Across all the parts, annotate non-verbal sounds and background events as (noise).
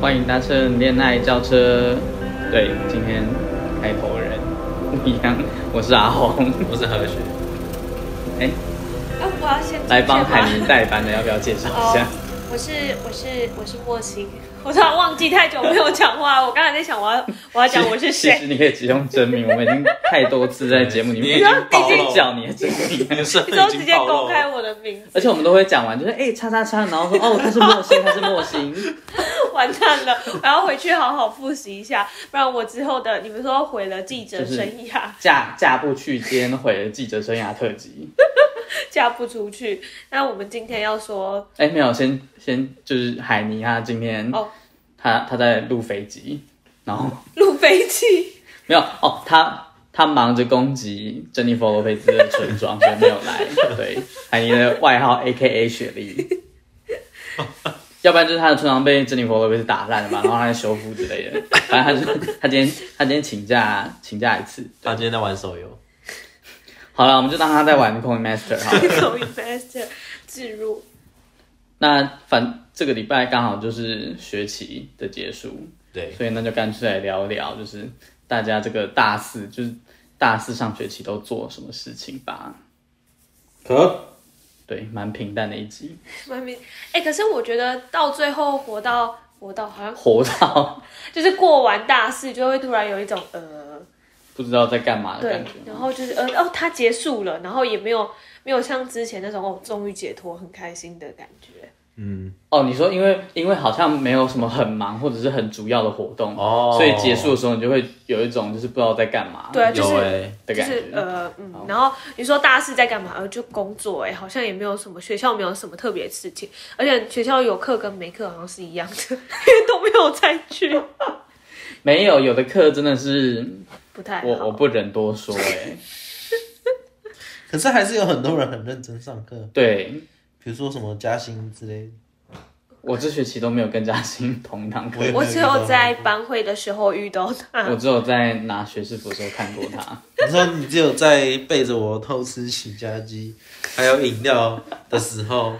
欢迎搭乘恋爱轿车。对，今天开头的人不一样，我是阿红。我是何雪，哎，啊，我要先来帮海明代班的，要不要介绍一下？哦，我是我是我是莫欣， (laughs) 我突然忘记太久没有讲话，我刚才在想我要我要讲我是其实谁。你可以只用真名，我们已经太多次在节目里面你已经暴暴露叫你的真名你了，的身你份都已直经接暴露公开了。我的名字， (laughs) 而且我们都会讲完，就是哎叉叉叉，然后说哦他是莫欣，他是莫欣，完蛋了！我要回去好好复习一下，不然我之后的你们说毁了记者就是生涯， (laughs) 嫁嫁不去，间毁了记者生涯特辑。嫁不出去。那我们今天要说哎，没有，先先就是海尼他今天哦他他在录飞机，然后录飞机， (laughs) 没有哦，他他忙着攻击珍妮佛罗佩兹的村庄，所以没有来。对，海尼的外号 A K A 雪莉，要不然就是他的村庄被珍妮佛罗佩兹打烂了嘛，然后他在修复之类的。反正他就他今天他今天请假请假一次。他今天在玩手游，好了，我们就当他在玩 Coin Master 好了。从 investor 置入。那反这个礼拜刚好就是学期的结束，对，所以那就干脆来聊聊，就是大家这个大四就是大四上学期都做什么事情吧。可对，蛮平淡的一集， (laughs) 外面哎、可是我觉得到最后活到活到好像活到 (laughs) 就是过完大事，就会突然有一种呃。不知道在干嘛的对感觉，。然后就是呃哦，它结束了，然后也没有没有像之前那种哦，终于解脱，很开心的感觉。嗯，哦，你说因为因为好像没有什么很忙或者是很主要的活动，哦所以结束的时候你就会有一种就是不知道在干嘛，对啊就是有哎，的就感觉是。呃嗯，然后你说大四在干嘛？呃，就工作哎、好像也没有什么学校没有什么特别的事情，而且学校有课跟没课好像是一样的， (laughs) 因为都没有再去，没有，有的课真的是不太好。我我不忍多 (laughs) 说哎、 (laughs) 可是还是有很多人很认真上课，对比如说什么嘉兴之类的。我这学期都没有跟嘉欣同一堂课我，也我只有在班会的时候遇到我他，只有在拿学士服的时候看过他。你说你只有在背着我偷吃起家鸡， (laughs) 还有饮料的时候，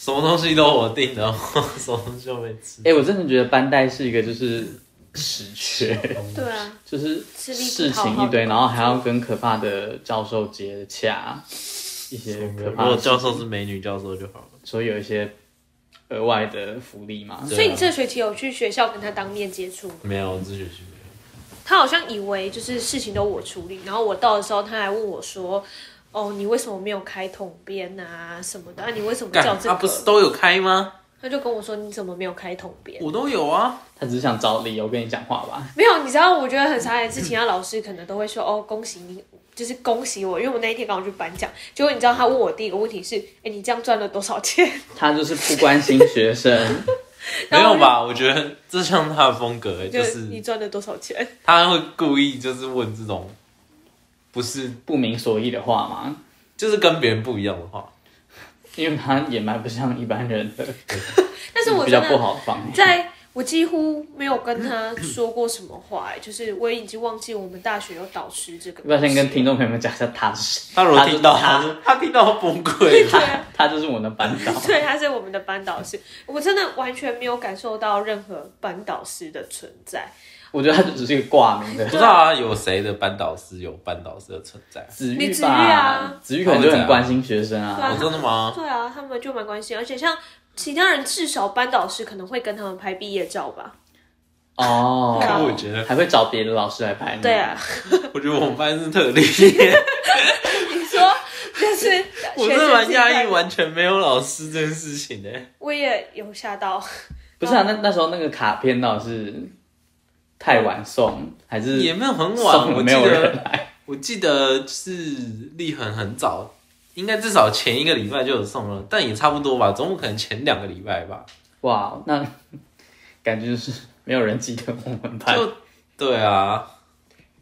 什么东西都我定的，什么东西都没吃。哎、我真的觉得班代是一个就是死缺。对啊，就是吃力不事讨情好一堆，的然后还要跟可怕的教授接洽，一些可 (laughs) 如怕的果事教授是美女教授就好了。所以有一些额外的福利嘛。对啊所以你这学期有去学校跟他当面接触吗？没有，自学习他好像以为就是事情都我处理，然后我到的时候，他还问我说：“哦，你为什么没有开统编啊什么的？啊，你为什么干叫这他个？”不是都有开吗？他就跟我说：“你怎么没有开统编我都有啊。他只是想找理由跟你讲话吧？”？没有，你知道，我觉得很傻眼的是，其他老师可能都会说：“哦，恭喜你，就是恭喜我，因为我那一天刚好去颁奖。”结果你知道，他问我第一个问题是：“哎，你这样赚了多少钱他就是不关心学生，没然后有吧？我觉得这像他的风格，？”欸 (laughs) 就就是你是赚了多少钱？他会故意就是问这种，不是不明所以的话嘛，就是跟别人不一样的话。因为他也蛮不像一般人的，但是我比真较的不好放。在我几乎没有跟他说过什么话、哎就是我已经忘记我们大学有导师这个要不要东西。先跟听众朋友们讲一下他是谁？他如果就听到，他他听到会崩溃。对啊他就是我的班导， (laughs) 对，他是我们的班导师，我真的完全没有感受到任何班导师的存在。我觉得他就只是一个挂名的不。知道啊，有谁的班导师有班导师的存在？子你玉子玉吧啊，子玉可能就很关心学生对啊啊哦，真的吗？对啊，他们就蛮关心，而且像其他人，至少班导师可能会跟他们拍毕业照吧。 (laughs) 哦，对啊 (laughs) 我觉得还会找别的老师来拍。对啊，，我觉得我们班是特例，你说就是 (laughs) 我学真生的蛮自己在讶异，完全没有老师这件事情的、我也有吓到，不是啊，那那时候那个卡片到底是太晚送还是也没有很晚。送了我没记有人得来？我记得是立恒很早，应该至少前一个礼拜就有送了，但也差不多吧，总共可能前两个礼拜吧。哇，那感觉就是没有人记得我们班。就对啊，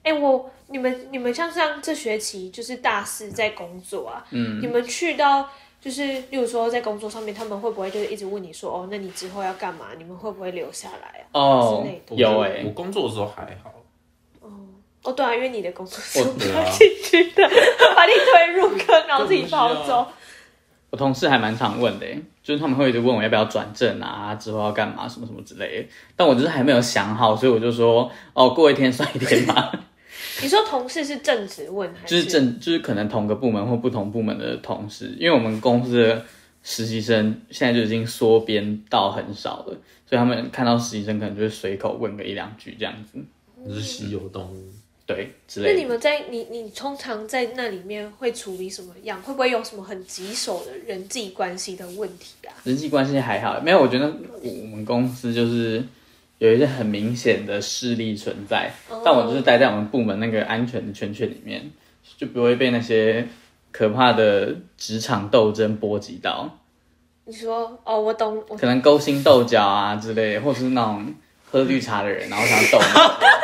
哎、我你们你们像像这学期就是大四在工作啊，嗯，你们去到就是，例如说在工作上面，他们会不会就是一直问你说，哦，那你之后要干嘛？你们会不会留下来啊？哦之类，的有哎、我工作的时候还好，哦，对啊，因为你的工作是我他进去的，把你推入坑，然后自己跑更不需走要。我同事还蛮常问的欸，就是他们会一直问我要不要转正啊，之后要干嘛什么什么之类的。但我就是还没有想好，所以我就说哦，过一天算一天嘛，你说同事是正职问还就是正就是可能同个部门或不同部门的同事，因为我们公司的实习生现在就已经缩编到很少了，所以他们看到实习生可能就会随口问个一两句这样子，就是稀有动物。对之那类你的。们在你你通常在那里面会处理什么样？会不会有什么很棘手的人际关系的问题啊？人际关系还好，没有，我觉得我们公司就是有一些很明显的势力存在，哦但我就是待在我们部门那个安全的圈圈里面，就不会被那些可怕的职场斗争波及到。你说哦，我懂，我可能勾心斗角啊之类，或者是那种喝绿茶的人，然后想斗 (laughs) 你。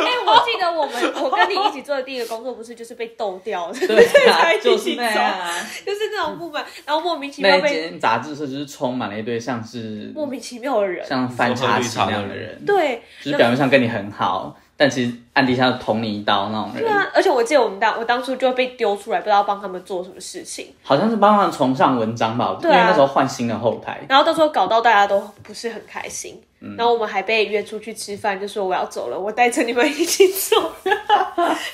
哎、我记得我们我跟你一起做的第一个工作不是就是被斗掉的，对啊 (laughs) 才，一起就是那样啊。就是那种部门，然后莫名其那妙一被间杂志社就是充满了一堆像是莫名其妙的人，像反差期那样的人，对，就是表面上跟你很好，但其实暗地下捅你一刀那种对人。啊，而且我记得我们当我当初就被丢出来，不知道帮他们做什么事情，好像是帮忙崇尚文章吧，因对为啊那时候换新的后台。然后到时候搞到大家都不是很开心，嗯然后我们还被约出去吃饭，就说我要走了，我带着你们一起走， (laughs)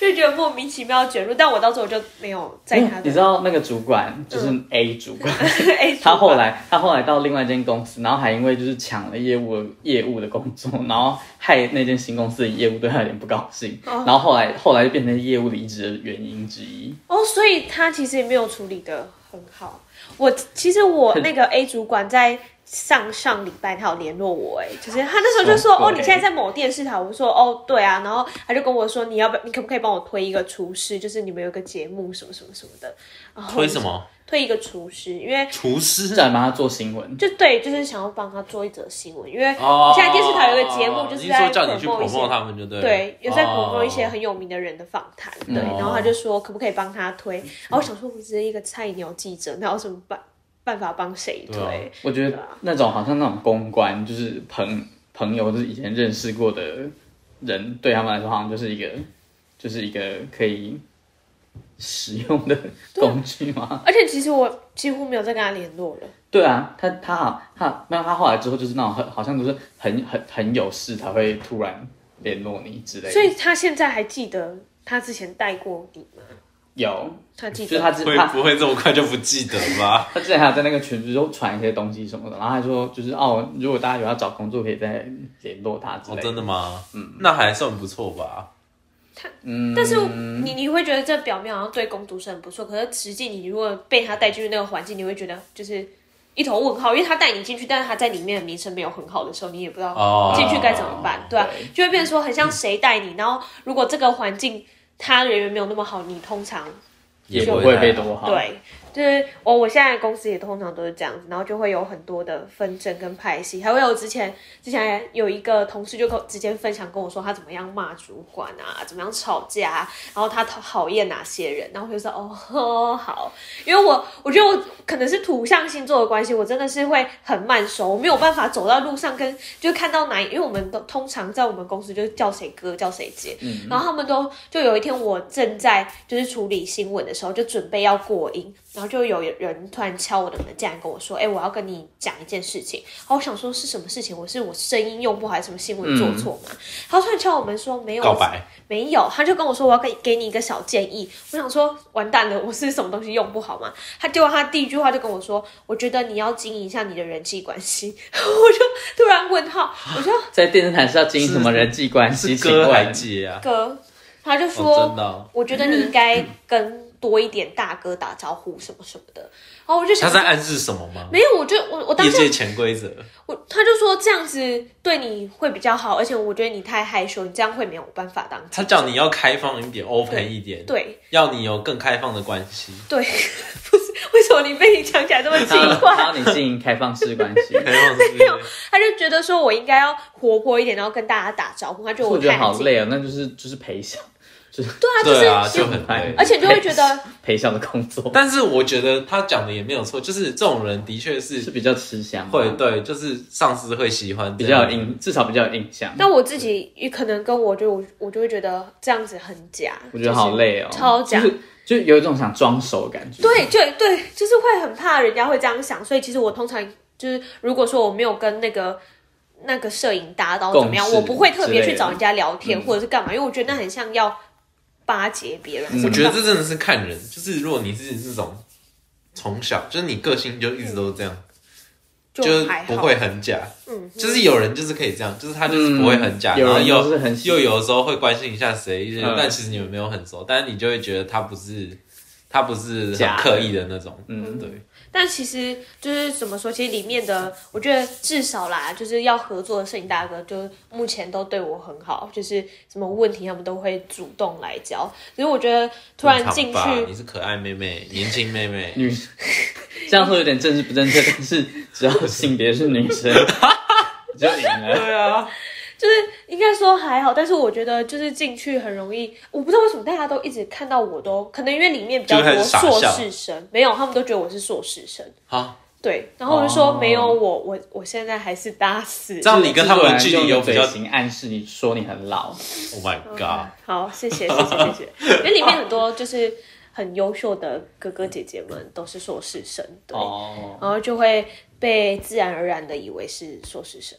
就觉得莫名其妙卷入，但我到时候就没有在他的，嗯你知道那个主管就是嗯 A 主管， (laughs) 哎，主管他后来他后来到另外一间公司，然后还因为就是抢了业务业务的工作，然后害那间新公司的业务对他有点不高兴，哦然后后来后来就变成业务离职的原因之一。哦，所以他其实也没有处理的很好。我其实我那个 A 主管在上上礼拜他有联络我，哎，就是他那时候就说，什么哦，鬼你现在在某电视台，我说，哦，对啊，然后他就跟我说，你要不要，你可不可以帮我推一个厨师，就是你们有个节目什么什么什么的，然后推什？么？推一个厨师，因为厨师啊是想帮他做新闻，就对，就是想要帮他做一则新闻，因为哦，现在电视台有一个节目就是你在说叫你去 promote 一些 promote 他们就对了，对，有在鼓哦动一些很有名的人的访谈，对，嗯然后他就说可不可以帮他推，然后我想说我只是一个菜鸟记者，那有什么办办法帮谁推？对啊我觉得那种好像那种公关，就是朋朋友，就是以前认识过的人，对他们来说好像就是一个就是一个可以使用的工具嘛。而且其实我几乎没有再跟他联络了，对啊，他他好他没有他后来之后就是那种很好像都是很很很有事才会突然联络你之类的。所以他现在还记得他之前带过你吗？有，他记就是得他之会他不会这么快就不记得吧？他之前还有在那个群组就传一些东西什么的，然后还说就是哦，如果大家有要找工作，可以再联络他之哦类，的。真的吗？嗯，那还算不错吧。但是嗯你你会觉得这表面好像对工读生很不错，可是实际你如果被他带进去那个环境，你会觉得就是一头问号，因为他带你进去，但是他在里面的名声没有很好的时候，你也不知道哦进去该怎么办，对吧、对就会变成说很像谁带你，然后如果这个环境他人缘没有那么好，你通常也不不会会太被好多好。，对，就是我我现在的公司也通常都是这样子，然后就会有很多的纷争跟派系，还会有之前之前有一个同事就跟我直接分享跟我说他怎么样骂主管啊，怎么样吵架、啊，然后他讨讨厌哪些人，然后我就说哦呵好，因为我我觉得我可能是土象星座的关系，我真的是会很慢熟，我没有办法走到路上跟就看到哪，因为我们都通常在我们公司就是叫谁哥叫谁姐，嗯然后他们都就有一天我正在就是处理新闻的时候，就准备要过音，然后就有人突然敲我的门进来跟我说，哎、我要跟你讲一件事情，然后我想说是什么事情，我是我声音用不好还是什么新闻做错嘛，他突然敲我门说没有嗯告白，没有，他就跟我说我要给给你一个小建议。我想说完蛋了，我是什么东西用不好吗？他结果他第一句话就跟我说，我觉得你要经营一下你的人际关系。 (laughs) 我就突然问号，我说在电视台是要经营什么人际关系？是请哥还问姐啊？哥，他就说、哦，真的哦，我觉得你应该跟多一点大哥打招呼什么什么的。然后我就他想在说。暗示什么吗？没有，我就我我当业下界潜规则，我他就说这样子对你会比较好，而且我觉得你太害羞，你这样会没有办法当记者。他叫你要开放一点，open 一点，对要你有更开放的关系。对， (laughs) 不是为什么你被你讲起来这么奇他要怪？他要你经营开放式关系，没有，是不是他就觉得说我应该要活泼一点，然后跟大家打招呼，他觉得我觉得太好安静。累哦，那就是就是陪笑，对对啊，啊，就是就很累 (laughs) 而。且就会觉得陪笑的工作但是我觉得他讲的也没有错，就是这种人的确是是比较吃香，会对，就是上司会喜欢比这样较有印，至少比较有印象。但我自己也可能跟我就我我就会觉得这样子很假，我觉得好累哦，就是超假就是就有一种想装熟的感觉。对，就对，就是会很怕人家会这样想，所以其实我通常就是，如果说我没有跟那个那个摄影搭到共怎么样，事我不会特别去找之类的人家聊天或者是干嘛，因为我觉得那很像要巴结别人。我觉得这真的是看人，就是如果你是这种从小就是你个性就一直都这样，就是还不好，会很假，嗯，就是有人就是可以这样，就是他就是不会很假，嗯有然后人就又是很喜又有时候会关心一下谁，嗯但其实你们没有很熟，但是你就会觉得他不是他不是很假的刻意的那种，嗯对，但其实就是怎么说，其实里面的我觉得至少啦，就是要合作的摄影大哥，就是目前都对我很好，就是什么问题他们都会主动来教。只是我觉得突然进正常吧去你，是可爱妹妹，年轻妹妹，女，这样说有点政治不正确，但是只要性别是女 (laughs) 生，你就赢了。对啊，就是应该说还好，但是我觉得就是进去很容易，我不知道为什么大家都一直看到我都，可能因为里面比较就开多始傻硕笑士生，没有，他们都觉得我是硕士生。好，对，然后我就说哦没有我，我我现在还是大四。这样你跟他们的距离有比嘴较型暗示你说你很老， ，Oh my god，好，谢谢谢谢谢 (laughs) 谢，因为里面很多就是很优秀的哥哥姐姐们都是硕士生，对，哦，然后就会被自然而然的以为是硕士生，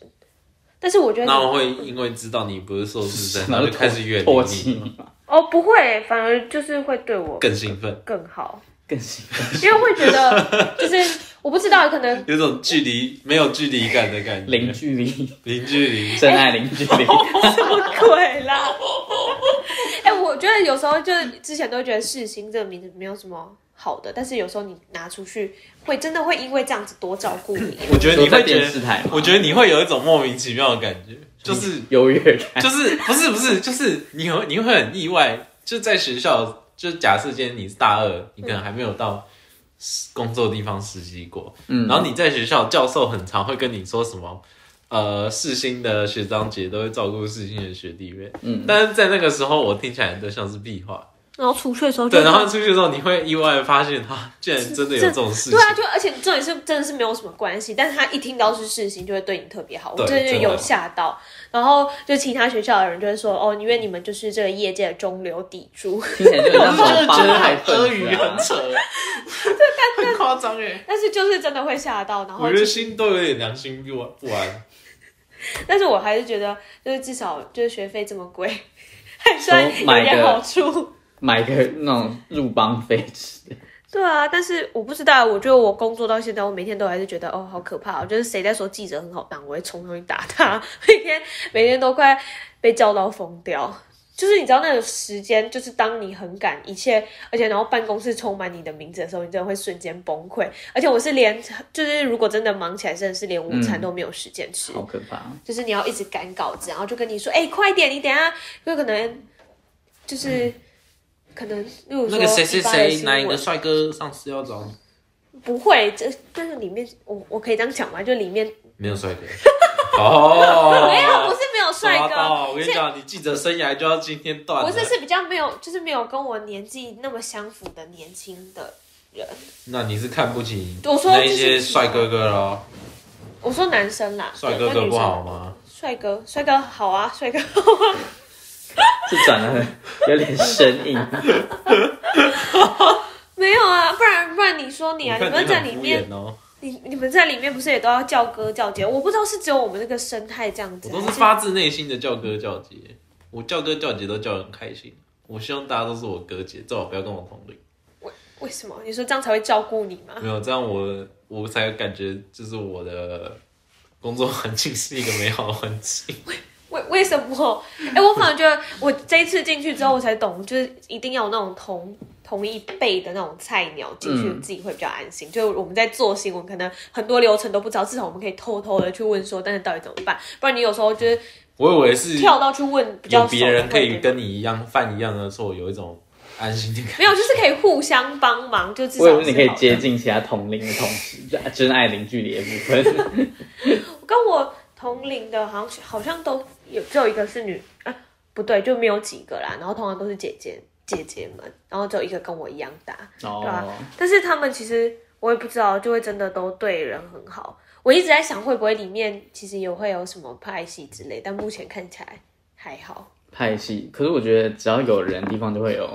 但是我觉得那我会因为知道你不是硕士生，然然后后就开始远唾离弃你，你嘛，哦不会，反而就是会对我更兴奋，更好，更兴奋。因为会觉得 (laughs) 就是我不知道，可能有种距离没有距离感的感觉，零距离，零距哎离，真爱零距 (laughs) 离，哦什么鬼啦？哎、我觉得有时候就是之前都觉得世新这个名字没有什么好的，但是有时候你拿出去，会真的会因为这样子多照顾你。我觉得说你在会觉电视台得吗，我觉得你会有一种莫名其妙的感觉，就是优越感。就是不是不是，就是你会你会很意外，就在学校，就假设今天你是大二，你可能还没有到工作地方实习过，嗯，然后你在学校，教授很常会跟你说什么，呃，世新的学长姐都会照顾世新的学弟妹，嗯但是在那个时候，我听起来都像是屁话，然后出去的时候嗯对，然后出去之后，你会意外地发现，他竟然真的有这种事情对，啊，就而且重点是真的是没有什么关系，但是他一听到是世新就会对你特别好，我对真的真的有吓到。然后就其他学校的人就会说，哦，因为你们就是这个业界的中流砥柱。 (laughs) 听起来就很像我那就种觉帮得派很阿分谀，子很啊。扯，很欸夸张哎。但是就是真的会吓到，然后我就觉得是心都有点良心不安不安。但是我还是觉得，就是至少就是学费这么贵， (laughs) 还算有买点个好处。买个那种入帮飞之类的，对啊，但是我不知道，我觉得我工作到现在，我每天都还是觉得哦，好可怕、哦！就是谁在说记者很好当，我会冲上去打他，每天每天都快被叫到疯掉。就是你知道那个时间，就是当你很赶一切，而且然后办公室充满你的名字的时候，你真的会瞬间崩溃。而且我是连，就是如果真的忙起来，真的是连午嗯餐都没有时间吃。好可怕。就是你要一直赶稿子，然后就跟你说，哎、快点，你等一下，就可能就是、可能，例如说嗯那个谁谁一般的谁新哪一闻个帅哥上次要找你？不会，这但是里面我我可以这样讲吗？就里面没有帅哥。哦，没有，不是没有帅抓哥，到我跟你讲，你记者生涯就要今天断不了。是是比较没有，就是没有跟我年纪那么相符的年轻的人。那你是看不起我说那一就是些帅哥哥咯，我说男生啦，帅对哥哥不好？跟女生吗？帅哥，帅哥好啊，帅哥 (laughs) 好啊。这转的有点生 (laughs) 硬，没有啊，不然不然你说你啊，我看你们在很里敷面衍哦，你你们在里面不是也都要叫哥叫姐？我不知道是只有我们这个生态这样子，我都还是发自内心的叫哥叫姐，我叫哥叫姐都叫人开心。我希望大家都是我哥姐，最好不要跟我同龄。为什么？你说这样才会照顾你吗？没有，这样我我才感觉就是我的工作环境是一个美好的环境。为为什 (laughs) 么？哎、我反而觉得我这一次进去之后，我才懂，就是一定要有那种同同一辈的那种菜鸟进去，嗯自己会比较安心。就我们在做新闻，可能很多流程都不知道，至少我们可以偷偷的去问说，但是到底怎么办？不然你有时候就是我以为是跳到去问比较有熟的别人可会以跟你一样犯一样的错，有一种安心的感觉。没有，就是可以互相帮忙，就至少我以为你是可以好的接近其他同龄的同事，真爱零距离的部 (laughs) 分。跟我同龄的，好像好像都有只有一个是女，啊，不对，就没有几个啦。然后通常都是姐姐姐姐们，然后只有一个跟我一样大，对啊哦，但是他们其实我也不知道，就会真的都对人很好。我一直在想，会不会里面其实也会有什么派系之类，但目前看起来还好。派系。可是我觉得只要有人地方就会有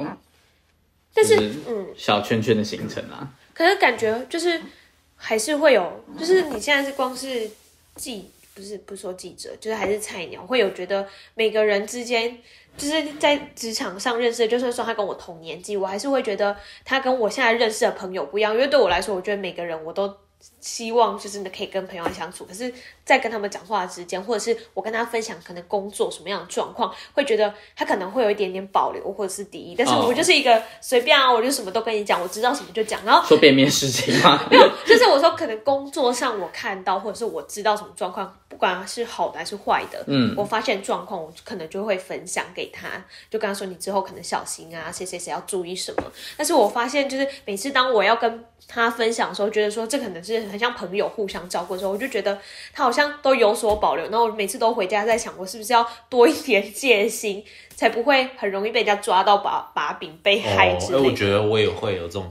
但是就是嗯，小圈圈的行程啊，可是感觉就是还是会有，就是你现在是光是记，不是不是说记者，就是还是菜鸟，会有觉得每个人之间。就是在职场上认识的，就算说他跟我同年纪，我还是会觉得他跟我现在认识的朋友不一样。因为对我来说，我觉得每个人我都希望就是可以跟朋友相处，可是，在跟他们讲话之间，或者是我跟他分享可能工作什么样的状况，会觉得他可能会有一点点保留或者是敌意。但是哦我就是一个随便啊，我就什么都跟你讲，我知道什么就讲，然后说便面事情 (laughs) 吗？就是我说，可能工作上我看到，或者是我知道什么状况，不管是好的还是坏的，嗯，我发现状况，我可能就会分享给他，就跟他说你之后可能小心啊，谁谁谁要注意什么。但是我发现，就是每次当我要跟他分享的时候，觉得说这可能是很像朋友互相照顾的时候，我就觉得他好像都有所保留。然后我每次都回家在想，我是不是要多一点戒心，才不会很容易被人家抓到把把柄被害之哎、类我的。觉得我也会有这种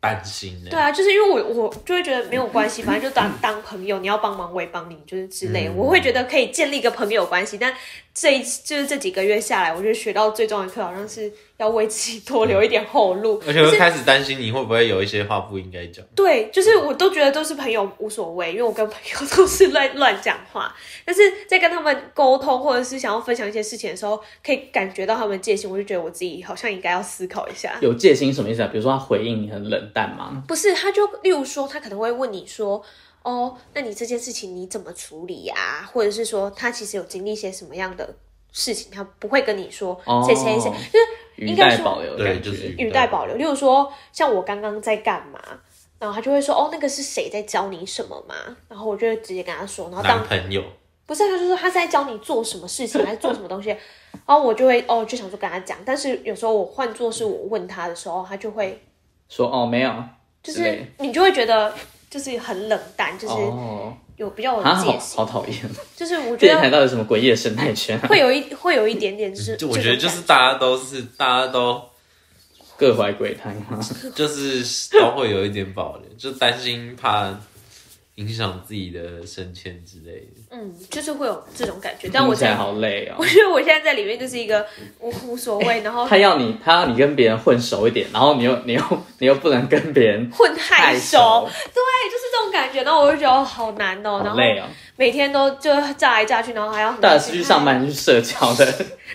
担心呢、对啊，就是因为我我就会觉得没有关系，反正就当当朋友，你要帮忙我也帮你，就是之类的，我会觉得可以建立一个朋友关系。但这一就是这几个月下来，我就学到最重要的课，好像是要为自己多留一点后路。而且会开始担心你会不会有一些话不应该讲。对，就是我都觉得都是朋友无所谓，因为我跟朋友 (laughs) 都是乱乱讲话，但是在跟他们沟通或者是想要分享一些事情的时候，可以感觉到他们戒心，我就觉得我自己好像应该要思考一下。有戒心什么意思啊？比如说他回应你很冷淡吗？不是，他就例如说，他可能会问你说，哦，那你这件事情你怎么处理啊？或者是说，他其实有经历一些什么样的事情，他不会跟你说哦谁谁谁，就是语应该带说保留的对感觉，就是语语带保留。例如说，像我刚刚在干嘛，然后他就会说，哦，那个是谁在教你什么嘛？然后我就会直接跟他说，然后当男朋友，不是，他就说他是在教你做什么 (laughs) 事情，还是做什么东西，然后我就会哦，就想说跟他讲。但是有时候我换做是我问他的时候，他就会说哦没有，就之类是的你就会觉得就是很冷淡，就是哦，有比较有啊好界限，好讨厌，就是我觉电台得到底什么诡异的生态圈啊？会有一会有一点点是，就我觉得就是这种感大家都是大家都各怀鬼胎吗？就是都会有一点保留，就担心怕影响自己的升迁之类的。觉嗯，就是会有这种感觉。但我听起来在，好累哦我。觉得我现在在里面就是一个无无所谓，然后他要你，他要你跟别人混熟一点，然后你又你又你又不能跟别人混太害羞，，对，就是这种感觉。然后我就觉得哦好难哦，然好后累哦。每天都就炸来炸去，然后还要很到底多是事去情上班还是去社交的？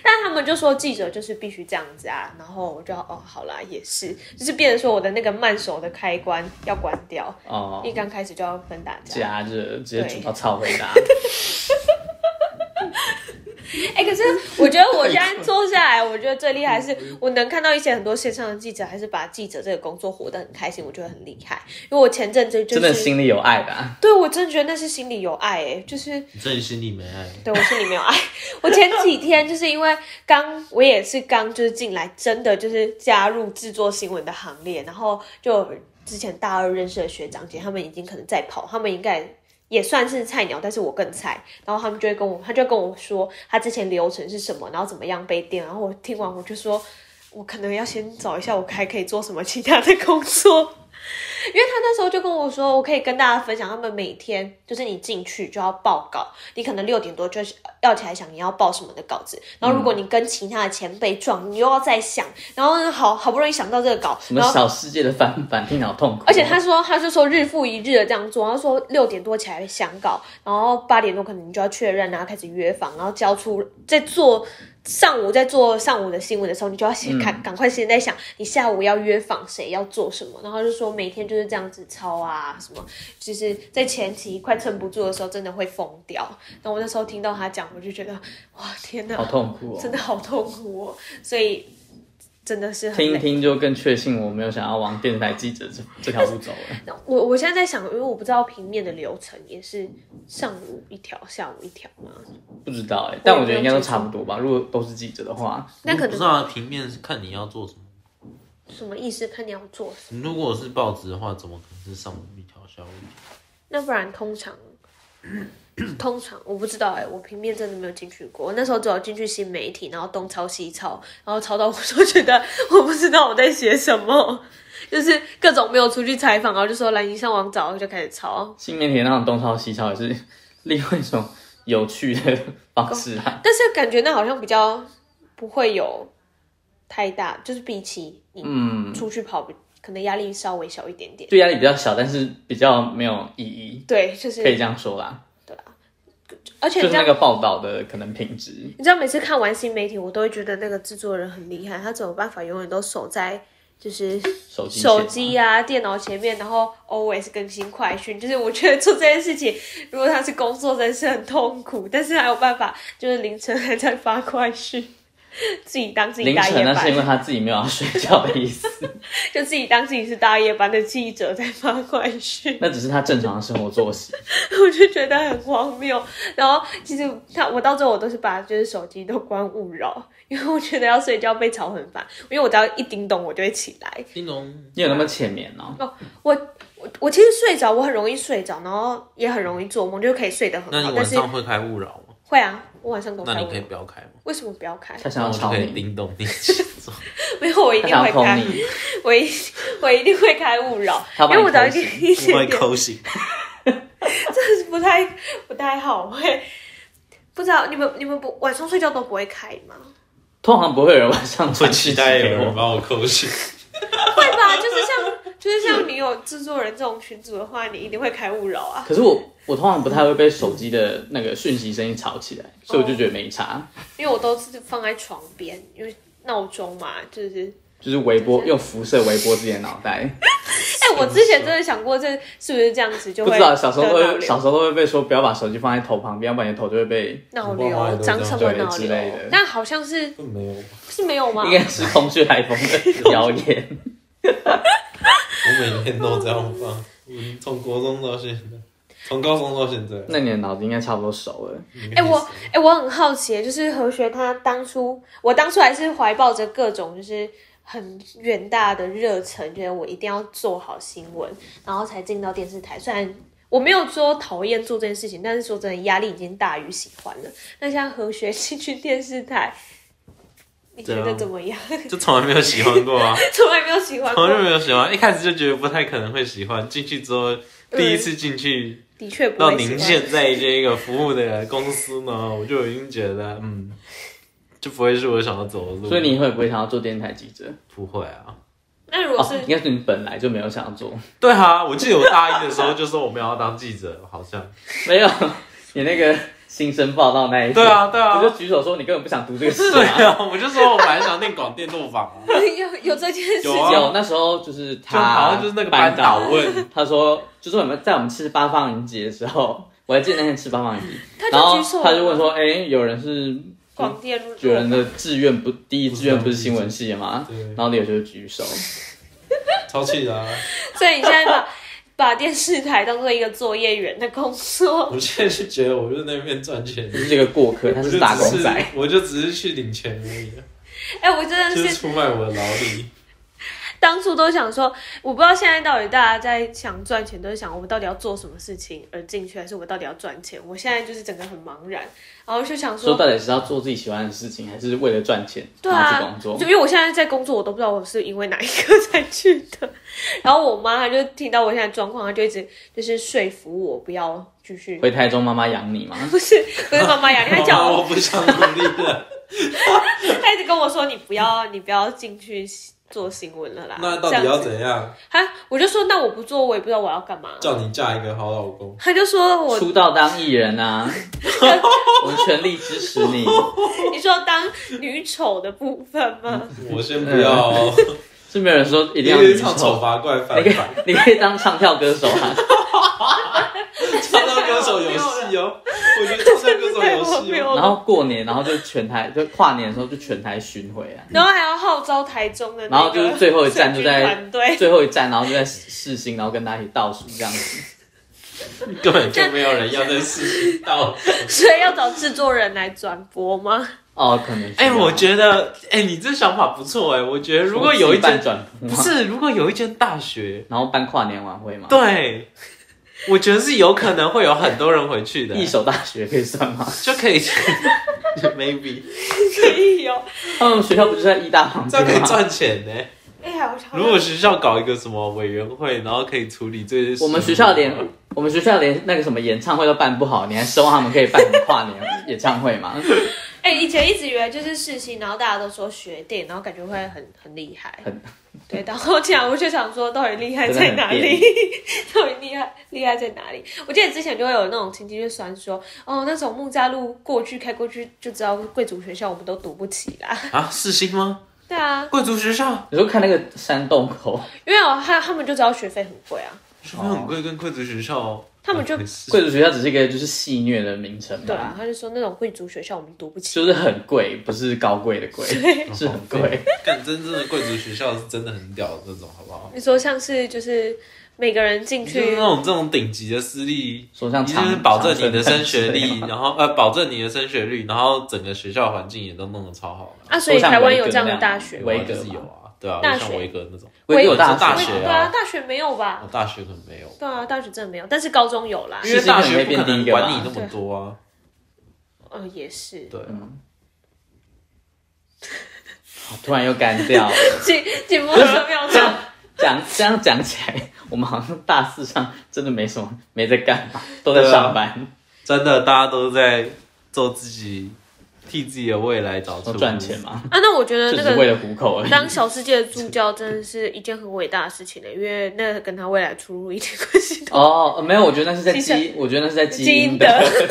但他们就说记者就是必须这样子啊，然后我就哦好啦，也是，就是变成说我的那个慢手的开关要关掉，哦一，刚开始就要跟大家。加热直接对煮到超啊回答，哎、可是我觉得我现在做下来，我觉得最厉害是我能看到一些很多线上的记者，还是把记者这个工作活得很开心，我觉得很厉害。因为我前阵子就真的是，心里有爱的啊。对我真的觉得那是心里有爱、哎，就是你真的心里没爱。对我心里没有爱。我前几天就是因为刚，我也是刚就是进来，真的就是加入制作新闻的行列，然后就之前大二认识的学长姐，他们已经可能在跑，他们应该。也算是菜鸟，但是我更菜。然后他们就会跟我，他就跟我说他之前流程是什么，然后怎么样被电。然后我听完我就说，我可能要先找一下我还可以做什么其他的工作。因为他那时候就跟我说，我可以跟大家分享，他们每天就是你进去就要报告，你可能六点多就要起来想你要报什么的稿子，然后如果你跟其他的前辈撞，你又要再想，然后好好不容易想到这个稿，什么然后。小世界的翻版，听起来好痛苦。哦而且他说，他就说日复一日的这样做，他说六点多起来想稿，然后八点多可能你就要确认，然啊后开始约访，然后交出在做上午在做上午的新闻的时候，你就要嗯先赶赶快先在想你下午要约访谁要做什么，然后他就说每天就是这样子抄啊什么，就是在前期快撑不住的时候真的会疯掉。然后我那时候听到他讲，我就觉得哇天哪，好痛苦真哦。的好痛苦哦，所以真的是很听一累。听就更确信我没有想要往电台记者这这条路走了。那我我现在在想，因为我不知道平面的流程也是上午一条，下午一条嘛。不知道哎、但我觉得应该都差不多吧。如果都是记者的话，那可不能知道啊平面是看你要做什么。什么意思？看你要做什么。如果是报纸的话，怎么可能是上午一条下午一条？那不然通常，通常我不知道哎、我平面真的没有进去过。我那时候只有进去新媒体，然后东抄西抄，然后抄到我都觉得我不知道我在写什么，就是各种没有出去采访，然后就说来你上网找，我就开始抄。新媒体那种东抄西抄也是另外一种有趣的方式啊。但是感觉那好像比较不会有太大，就是比起你嗯，出去跑，可能压力稍微小一点点。就压力比较小，但是比较没有意义，对，就可以这是，样说啦。而且就是你知那道，个报道的可能品质，你知道每次看完新媒体，我都会觉得那个制作人很厉害，他怎么办法永远都守在就是手机手线机嘛啊、电脑前面，然后 always 更新快讯。就是我觉得做这件事情，如果他是工作，真是很痛苦，但是还有办法，就是凌晨还在发快讯，自己当自己凌大晨夜那是因为班，他自己没有要睡觉的意思， (laughs) 就自己当自己是大夜班的记者在发快讯。 (laughs) 那只是他正常的生活作息。我就觉得很荒谬。然后其实他我到最后我都是把就是手机都关勿扰，因为我觉得要睡觉被吵很烦，因为我只要一叮咚我就会起来。叮咚，你有那么浅眠哦？我我其实睡着，我很容易睡着，然后也很容易做梦，就可以睡得很那好。你但晚是上会开勿扰吗？会啊，我晚上都那开你勿可以扰不要开吗？为什么不要开？他想要那我就吵可以你，叮咚你 (laughs) 起床。没有，我一他定想会要抠开，你，我一 (laughs) 我一定会开勿扰，他因把为你我只要抠一醒一不点会点抠醒，不太不太好，会不知道你们你们不晚上睡觉都不会开吗？通常不会有人晚上传讯息给我。把我扣醒。会吧？就是像就是像你有制作人这种群组的话，你一定会开勿扰啊。可是我我通常不太会被手机的那个讯息声音吵起来，所以我就觉得没差，因为我都是放在床边，因为闹钟嘛，就是。就是微波用辐射微波自己的脑袋。哎、我之前真的想过，这是不是这样子就不会知道小时候得脑会瘤小时候都会被说不要把手机放在头旁边，要不然你的头就会被脑我爸妈也瘤都长这样什么对脑之瘤类的？但好像是没有，是没有吗？应该是空穴来风的谣言。我每天都这样放，嗯，从国中到现在，从高中到现在。那你的脑子应该差不多熟了，哎、我哎、我很好奇，就是何学他当初，我当初还是怀抱着各种就是很远大的热忱，觉得我一定要做好新闻，然后才进到电视台。虽然我没有说讨厌做这件事情，但是说真的，压力已经大于喜欢了。那像何学进去电视台，你觉怎啊得样怎么样？ (laughs) 就从来没有喜欢过啊，从来没有喜欢从过来，没有喜欢，一开始就觉得不太可能会喜欢。进去之后，第一次进去的确不到会喜您欢。现在这个服务的公司呢，我就已经觉得，嗯，就不会是我想要走的路。所以你以后也不会想要做电台记者？不会啊？那如果哦是，应该是你本来就没有想要做，对啊，我记得我大一的时候就说我们要当记者，好像。没有 (laughs) 你那个新生报道那一天对，啊，对啊，我就举手说你根本不想读这个事 (laughs) 对啊。啊，我就说我本来想念广电动啊法嘛，有有这件事有啊情，有那时候就是就他，好像就是那个班导导问，他说，就是我们在我们吃八方云集的时候， (laughs) 我还记得那天吃八方云集，他然就后举手了，他就问说，哎、有人是广电入有人的志愿不第一志愿不是新闻系的吗？对然后你有就举手，超气的啊！ (laughs) 所以你现在把把电视台当做一个作业员的工作， (laughs) 我现在是觉得我就在那边赚钱你，是这个过客，他我是就打工只是仔，我就只是去领钱而已，哎、我真就的是是出卖我的劳力。当初都想说，我不知道现在到底大家在想赚钱，都是想我到底要做什么事情而进去，还是我到底要赚钱？我现在就是整个很茫然，然后就想说说，到底是要做自己喜欢的事情，还是为了赚钱对然后去啊工，作就？因为我现在在工作，我都不知道我是因为哪一个才去的。然后我妈她就听到我现在状况，她就一直就是说服我不要继续，回台中妈妈养你吗？ (laughs) 不是不是妈妈呀，你还哎叫好我吧 (laughs) 我不想努力了。他一直跟我说你不要， (laughs) 你不要进去做新闻了啦。那这到底样要子怎样啊？我就说那我不做，我也不知道我要干嘛。叫你嫁一个好老公？他就说我，出道当艺人啊， (laughs) 我们全力支持你。你说当女丑的部分吗？嗯我先不要哦， (laughs) 是没有人说一一定要定你唱丑，丑八怪你反可以反， (laughs) 你可以当唱跳歌手 (laughs) 啊。唱到歌手有戏哦。我觉得唱到歌手有太荒戏谬哦。了然后过年，然后就全台就跨年的时候就全台巡回啊，然后还要号召台中的那个然后就是最后一站就在选举团队，最后一站，然后就在试新，然后跟大家一起倒数这样子。根本就没有人要在试到。所以要找制作人来转播 (laughs) 吗？哦，可能哎、我觉得，哎、你这想法不错哎、我觉得如如果有一半间转播不嘛，是，如果有一间大学，然后办跨年晚会嘛，，对，我觉得是有可能会有很多人回去的，一手大学可以算吗？就可以 (laughs) maybe 可以哦。他们学校不就在一大旁这样边可以吗？赚钱呢、哎呀，我想如果学校搞一个什么委员会，然后可以处理这些事情，我们学校连我们学 (laughs) 校连那个什么演唱会都办不好，你还奢望他们可以办什么跨年演唱会吗？哎、以前一直以为就是世新，然后大家都说学电，然后感觉会很很厉害，很对。然后这样我就想说，到底厉害在哪里？ (laughs) 到底厉害厉害在哪里？我记得之前就会有那种亲戚就酸说，哦，那种木栅路过去开过去就知道贵族学校我们都读不起啦。 (laughs) 啊，世新吗？对啊，贵族学校你说看那个山洞 (laughs) 口，因为我他他们就知道学费很贵啊，学费很贵，跟贵族学校他们就很是贵族学校只是一个就是戏虐的名称嘛，对嗯啊，他就说那种贵族学校我们读不起。就是很贵，不是高贵的贵，是很哦贵。干真正的贵族学校是真的很屌的那种，好不好？你说像是就是每个人进就是去那，种这种顶级的私立，说像一长定是保证你的升学长 (laughs) 率，啊春然后呃，保证你的升学率，然后整个学校环境也都弄得超好了。啊，所以像台湾维有格这样那的样大学吗维有啊格就是嘛有啊，对啊，大就像学维格那种，维格大大学学对啊啊，大学没有吧我？大学可能没有，对啊，大学真的没有，但是高中有啦。因为大世新可能会学不变可第能一个吧管你那么多啊，呃，也是。对啊。突然又干掉 (laughs) 了。请请不要秒 (laughs) 这样讲，讲这样讲起来，我们好像大四上真的没什么没在干嘛，都在上班，真的，大家都在做自己，替自己的未来找出都赚钱。嘛，啊，那我觉得就只那是为个了糊口而已。当小世界的助教真的是一件很伟大的事情呢，因为那跟他未来出路一点关系都哦，呃没有，我觉得那是在其实基，我觉得那是在基基因因的 (laughs) 的，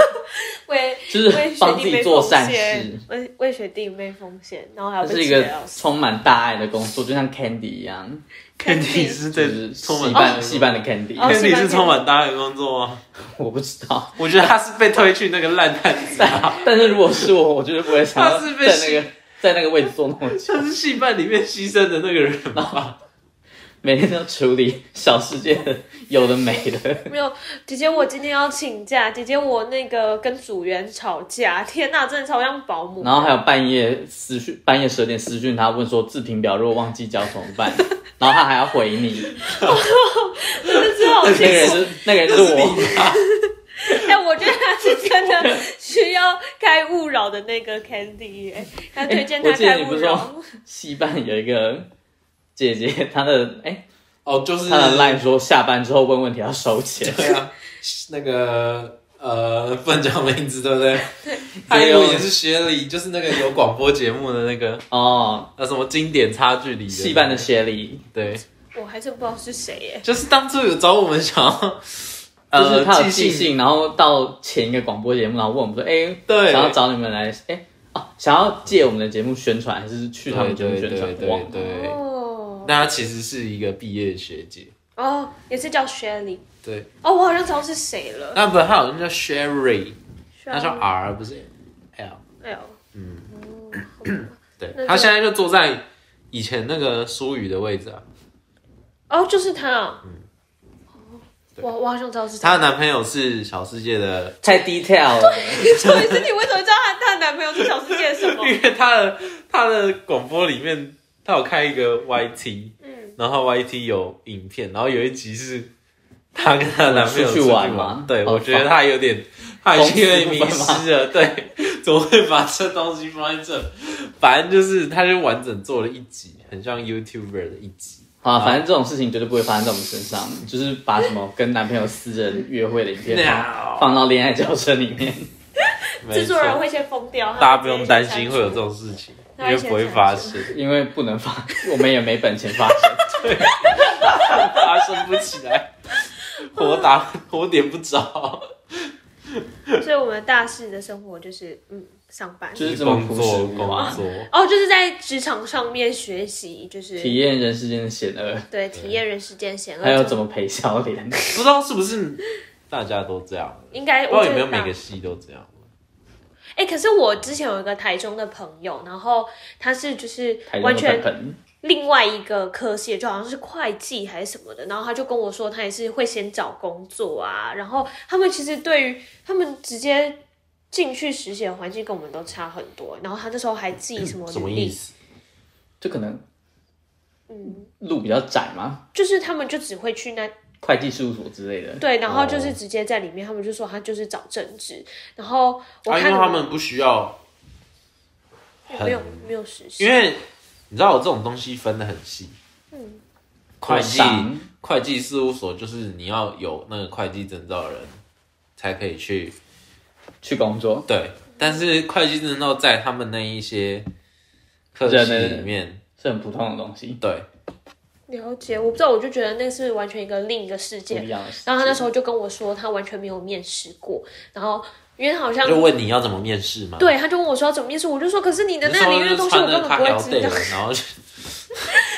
为就是为学帮自弟己妹做奉善献事，，为为学弟妹奉献，然后还要它被是一记得个要 (laughs) 死充满大爱的工作，就像 Candy 一样， (laughs) 肯定是就在是充戏满班戏班的 Candy，哦肯定是充满大爱的工作吗？ (laughs) 我不知道。我觉得他是被推去那个烂摊 (laughs) 子啊，但但是如果是我，我绝对不会想要他在是被那个在那个位置坐那么久，他是戏班里面牺牲的那个人吧？每天都处理小世界的有的没的。没有，姐姐，我今天要请假。姐姐，我那个跟组员吵架，天哪，真的超像保姆。然后还有半夜私讯，半夜十点私讯他问说自评表如果忘记交怎么办，然后他还要回 (laughs) 你，这 (laughs) 之后那个人是那个人是我， (laughs) 哎、我觉得他是真的需要开勿扰的那个 Candy，哎、他推荐他我记得开你勿不是扰。说戏班有一个姐姐，她的哎哦，就是她的 line 说下班之后问问题要收钱，对啊，那个呃，不能讲名字，对不对？他对有哦也是学理，就是那个有广播节目的那个 (laughs) 哦，呃什么经典差距里戏班的协理，对，我还真不知道是谁耶。就是当初有找我们想要就是呃他有寄寄信信，然后到前一个广播节目，然后问我们说，哎，对想要找你们来，哎。哦，想要借我们的节目宣传，还是去他们节目宣传对？对忘对了对哦那她其实是一个毕业学姐，哦，也是叫 Shelly。对，哦，我好像知道是谁了。那不，她好像叫 Sherry，她叫 Shelly R 不是 L，哎呦，嗯，好吧对那，就她现在就坐在以前那个苏雨的位置啊。哦，就是他、哦。嗯对我我好像知道是谁她的男朋友是小世界的，太 detail 了，到底是你 (laughs) 为什么知道她她的男朋友是小世界什 (laughs) 么？因为她的她的广播里面，她有开一个 YT，嗯，然后 YT 有影片，然后有一集是她跟她的男朋友出去去玩嘛吗。对，哦我觉得她有点，她已经有点迷失了。对，怎么会把这东西放在这？反正就是，她就完整做了一集，很像 YouTuber 的一集。啊，反正这种事情绝对不会发生在我们身上，就是把什么跟男朋友私人约会的影片放 No 放到恋爱教程里面， (laughs) 制作人没错会先疯掉，大家不用担心会有这种事情，因那为会先不会发生，因为不能发，我们也没本钱 (laughs) 发生。发生不起来，火打火点不着，所以我们大四的生活就是嗯上班，就是这么啊工朴作实工无华作。哦，就是在职场上面学习，就是体验人世间的险恶，对体验人世间险恶，还有怎么陪笑脸，不知道是不是大家都这样，应该不知道我有觉没有得每吧个系都这样。哎、可是我之前有一个台中的朋友，然后他是就是台中完的全本另外一个科系，就好像是会计还是什么的，然后他就跟我说，他也是会先找工作啊，然后他们其实对于他们直接进去实习的环境跟我们都差很多，然后他那时候还记什么 (clears throat) 什么履意历，思？就可能，嗯，路比较窄嘛，就是他们就只会去那会计事务所之类的，对，然哦后就是直接在里面，他们就说他就是找政治，然后我啊，因看为他们不需要，没有没有实习，因为你知道我这种东西分得很细。嗯会计上会计事务所就是你要有那个会计证照的人才可以去去工作，对，但是会计证照在他们那一些科人系的里面，是很普通的东西，对，了解，我不知道，我就觉得那是完全一个另一个世不界一。样的事。然后他那时候就跟我说，他完全没有面试过，然后因为他好像就问你要怎么面试嘛。，对，他就问我说要怎么面试，我就说可是你的那那个领域的时东候就西我根穿本着卡不会腰知带道 (laughs) 了，。然后就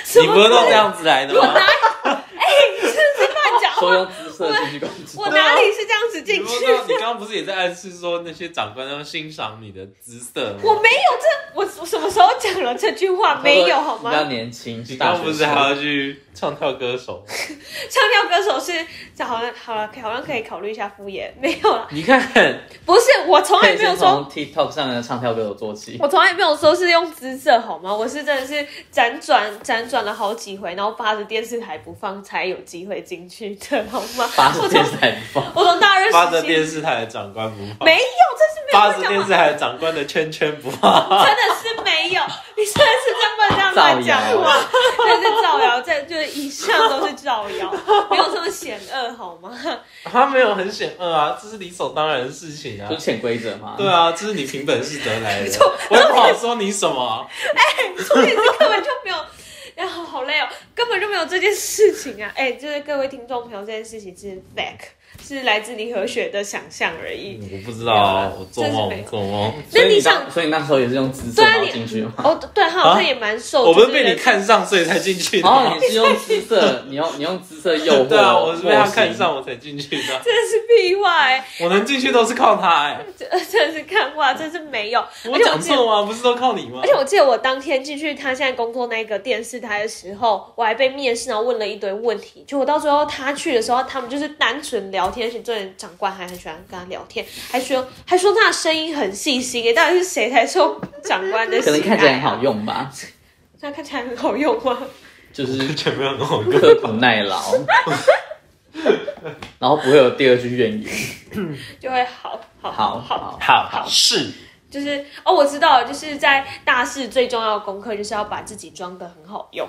什你么不是都这样子来的吗？乱讲说话，用姿色进去攻击， (laughs) 我哪里是这样子你进不去知？道，你刚刚不是也在暗示说那些长官要欣赏你的姿色吗？我没有这，我我什么时候讲了这句话？没有好比较吗？年轻，你是刚大刚不学是生还要去唱跳歌手？唱跳歌手是，这好像好了，好像可以考虑一下副业，没有啊啦，你看，不是，我从可来以没有先说。从 TikTok 上的唱跳歌手做起。我从来没有说是用姿色好吗？我是真的是辗转辗转了好几回，然后扒着电视台不放，才有机会进去的好吗？八我十从天才不放，我从大二扒着时期电视台的长官不放，没有，扒这是着没有在干电视嘛？台的长官的圈圈不放。 (laughs) 真的是没有，你真的是真不能这样乱讲造话谣，这是造谣，这就是以上都是造谣，没有这么险恶好吗？他没有很险恶啊，这是理所当然的事情啊就。是潜规则嘛。对啊，这是你凭本事 (laughs) 得来的，我也不好说你什么。重点是根本就没有，然后好累哦，根本就没有这件事情啊！ (laughs) 哎、就是各位听众朋友，这件事情是 fact，是来自李和雪的想象而已。 (laughs) 我不知道啊，我做真是没梦有做梦。所以那你当想所以那时候也是用姿色对啊然后你进去吗？哦，对，他好像啊也蛮受，我就是们被你人看上，所以才进去的啊。哦，你是用姿色，你用你用姿色诱惑。对啊，我是被他惑性看。上，我才进去的。真的是屁话、哎，我能进去都是靠他 (laughs) 哎、这 (laughs) 真的是看话，真是没有。我而且我讲记得错吗？不是都靠你吗？而且我记得我当天进去他现在工作那个电视台的时候，我还被面试，然后问了一堆问题。就我到最后他去的时候，他们就是单纯聊天，而且这人长官还很喜欢跟他聊天，还说还说他的声音很细心欸耶，到底是谁才受长官的喜可爱、啊？能看起来很好，用吧，那看起来很好用吗？ (laughs) 就是全没有跟我刻苦耐劳，然后不会有第二句怨言。就会好好好好，好好是，就是哦，我知道了，就是在大四最重要的功课就是要把自己装得很好用，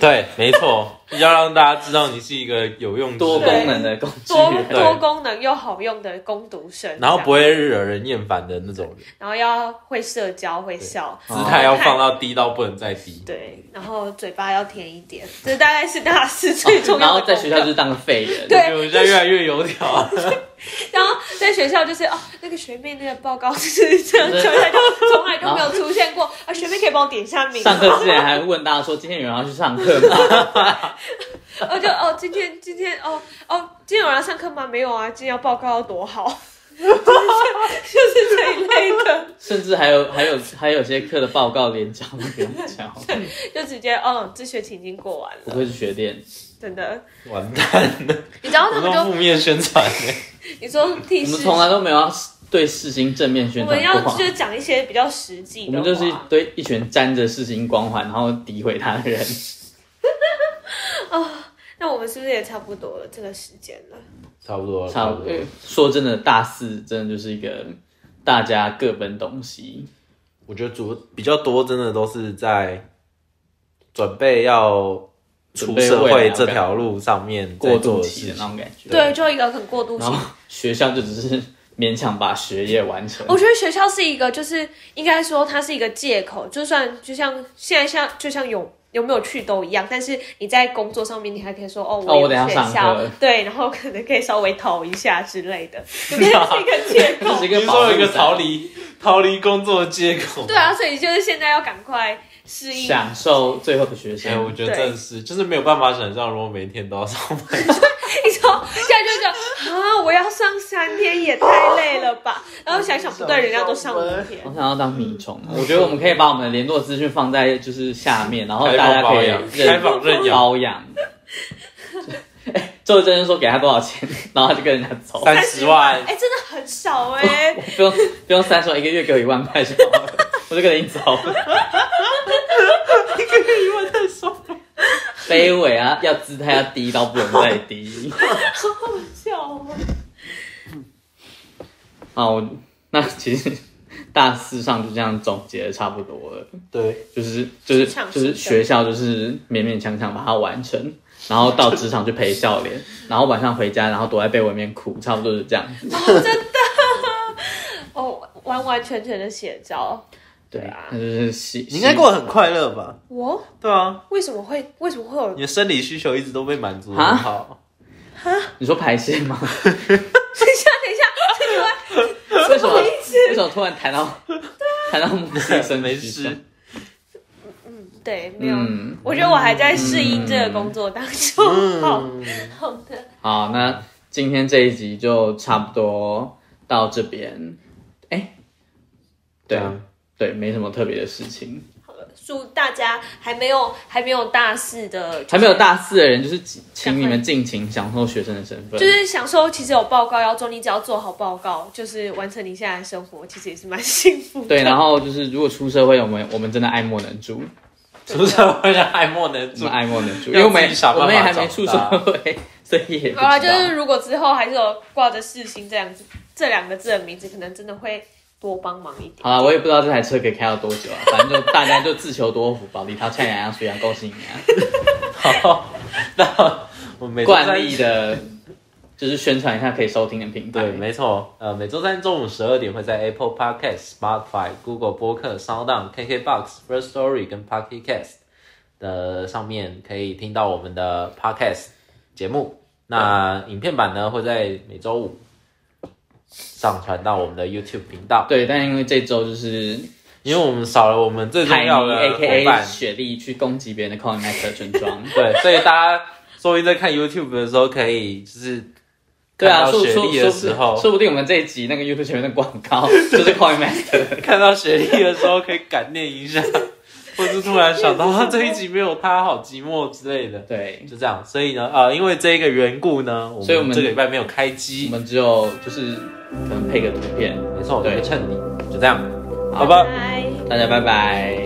对，没错，要让大家知道你是一个有用之多人，功能的工具多人多功能又好用的攻读生，然后这样不会惹人厌烦的那种人，然后要会社交，会笑，哦姿态哦要放到低到不能再低。对，然后嘴巴要甜一点，这大概是大四最重然要的后功课、在学校就是当个废人。对我现在越来越油条，然后在学校就是哦，那个学妹那个报告就是这样，从来就从来就没有出现过啊。学妹可以帮我点一下名吗，上课之前还问大家说今天有人要去上课吗？我就哦，今天今天哦哦，今天有人要上课吗？没有啊，今天要报告要多好， (laughs) 就是就是这一类的，甚至还有还有还有些课的报告连交都不用 (laughs) 交，就直接哦，这学期已经过完不了，愧是学电。真的。完蛋了，你知道我他们们负就面宣传欸呢。你说替我师们从来都没有要对事情正面宣我们要传过啊。就是讲一些比较实际我的话。们就是一堆一群沾着事情光环，然后诋毁他的人。那我们是不是也差不多了？这个时间了， (laughs) 差不多，差不多。说真的，大四真的就是一个大家各奔东西，我觉得主比较多真的都是在准备要出社会这条路上面在过做渡的期事的那情。种感觉。对，就一个很过渡期然。后学校就只是勉强把学业完成。我觉得学校是一个，就是应该说它是一个借口，就算就像现在像就像有有没有去都一样，但是你在工作上面你还可以说哦，哦有我等一下学上校课对，然后可能可以稍微逃一下之类的，就变成是 (laughs) 一个借这口是一。你个说保有一护个伞逃离逃离工作的借口，对啊，所以就是现在要赶快适应。享受最后的学哎、生我，觉得真的是，就是没有办法想象，如果每天都要上 (laughs) 班， (laughs) 你知道现在就觉得啊，我要上三天也太累了 (laughs) 吧？然后想想不对，人家都上五天我。想要当米虫。啊我觉得我们可以把我们的联络资讯放在就是下面，然后大家可以开放认养包养。 (laughs) 哎，周真说给他多少钱，然后他就跟人家走，三十万哎、，真的很少哎、不用不用三十万，一个月给我一万块就好了， (laughs) 我就跟你走。一万太爽了。 (laughs) 卑微啊，要姿态要低到不能再低。 (laughs) 好好笑哦。好，那其实大四上就这样总结的差不多了，对，就是就是职场就是新生学校就是勉勉强强把它完成，然后到职场去陪笑脸，然后晚上回家，然后躲在被窝里面哭，差不多是这样子。 (laughs) 哦，真的。哦，我完完全全的写照。对啊，那就是洗。你应该过得很快乐吧？我对啊，为什么会为什么会你 (laughs) 有？的生理需求一直都被满足得很好。你说排泄吗？等一下，等一下，这句话 (laughs) 为什么？为什么突然谈到啊谈到母性生没殖系统事？对，没有。嗯，我觉得我还在适应这个工作当中。好好的，好，那今天这一集就差不多到这边。哎、对对啊啊，对，没什么特别的事情。祝大家还没有还没有大四的，还没有大四的人，就是请请你们尽情享受学生的身份。就是想说，其实有报告要做，你只要做好报告，就是完成你现在的生活，其实也是蛮幸福的。对，然后就是如果出社会，我们我们真的爱莫能助，是不是会让爱莫能我助们？爱莫能助，因要为我们自己想我办们法也还没出社长大会， (laughs) 所以也不 (laughs) 好啦，知就道是如果之后还是有挂着世新这样子这两个字的名字，可能真的会多帮忙一点。好了，我也不知道这台车可以开到多久啊，反正就大家就自求多福吧。李涛、蔡阳阳、水阳、恭喜你啊！ (laughs) 好，那我们每周惯三例的，就是宣传一下可以收听的平台。对，没错，呃，每周三中午十二点会在 Apple Podcast、Spotify、Google 播客、Sound On、KKBox、First Story 跟 Pocket Cast 的上面可以听到我们的 Podcast 节目。那影片版呢会在每周五上传到我们的 YouTube 频道，对，但因为这周就是因为我们少了我们最重海尼要的伙 A K 伴 A，雪莉去攻击别人的 Colin Max 的村 (laughs) 庄。对，所以大家说不定在看 YouTube 的时候可以就是对啊，看到说雪说莉的说时不候，说不定我们这一集那个 YouTube 前面的广告就是 Colin Max 的。 (laughs) 看到学历的时候可以感念 (laughs) 一下，或是突然想到啊这一集没有他好寂寞之类的，对，就这样。所以呢，呃，因为这个缘故呢，所以我们这个礼拜没有开我机，们只有就是可能配个图片。没错，我对们就趁你就这样，好吧。拜。大家拜拜。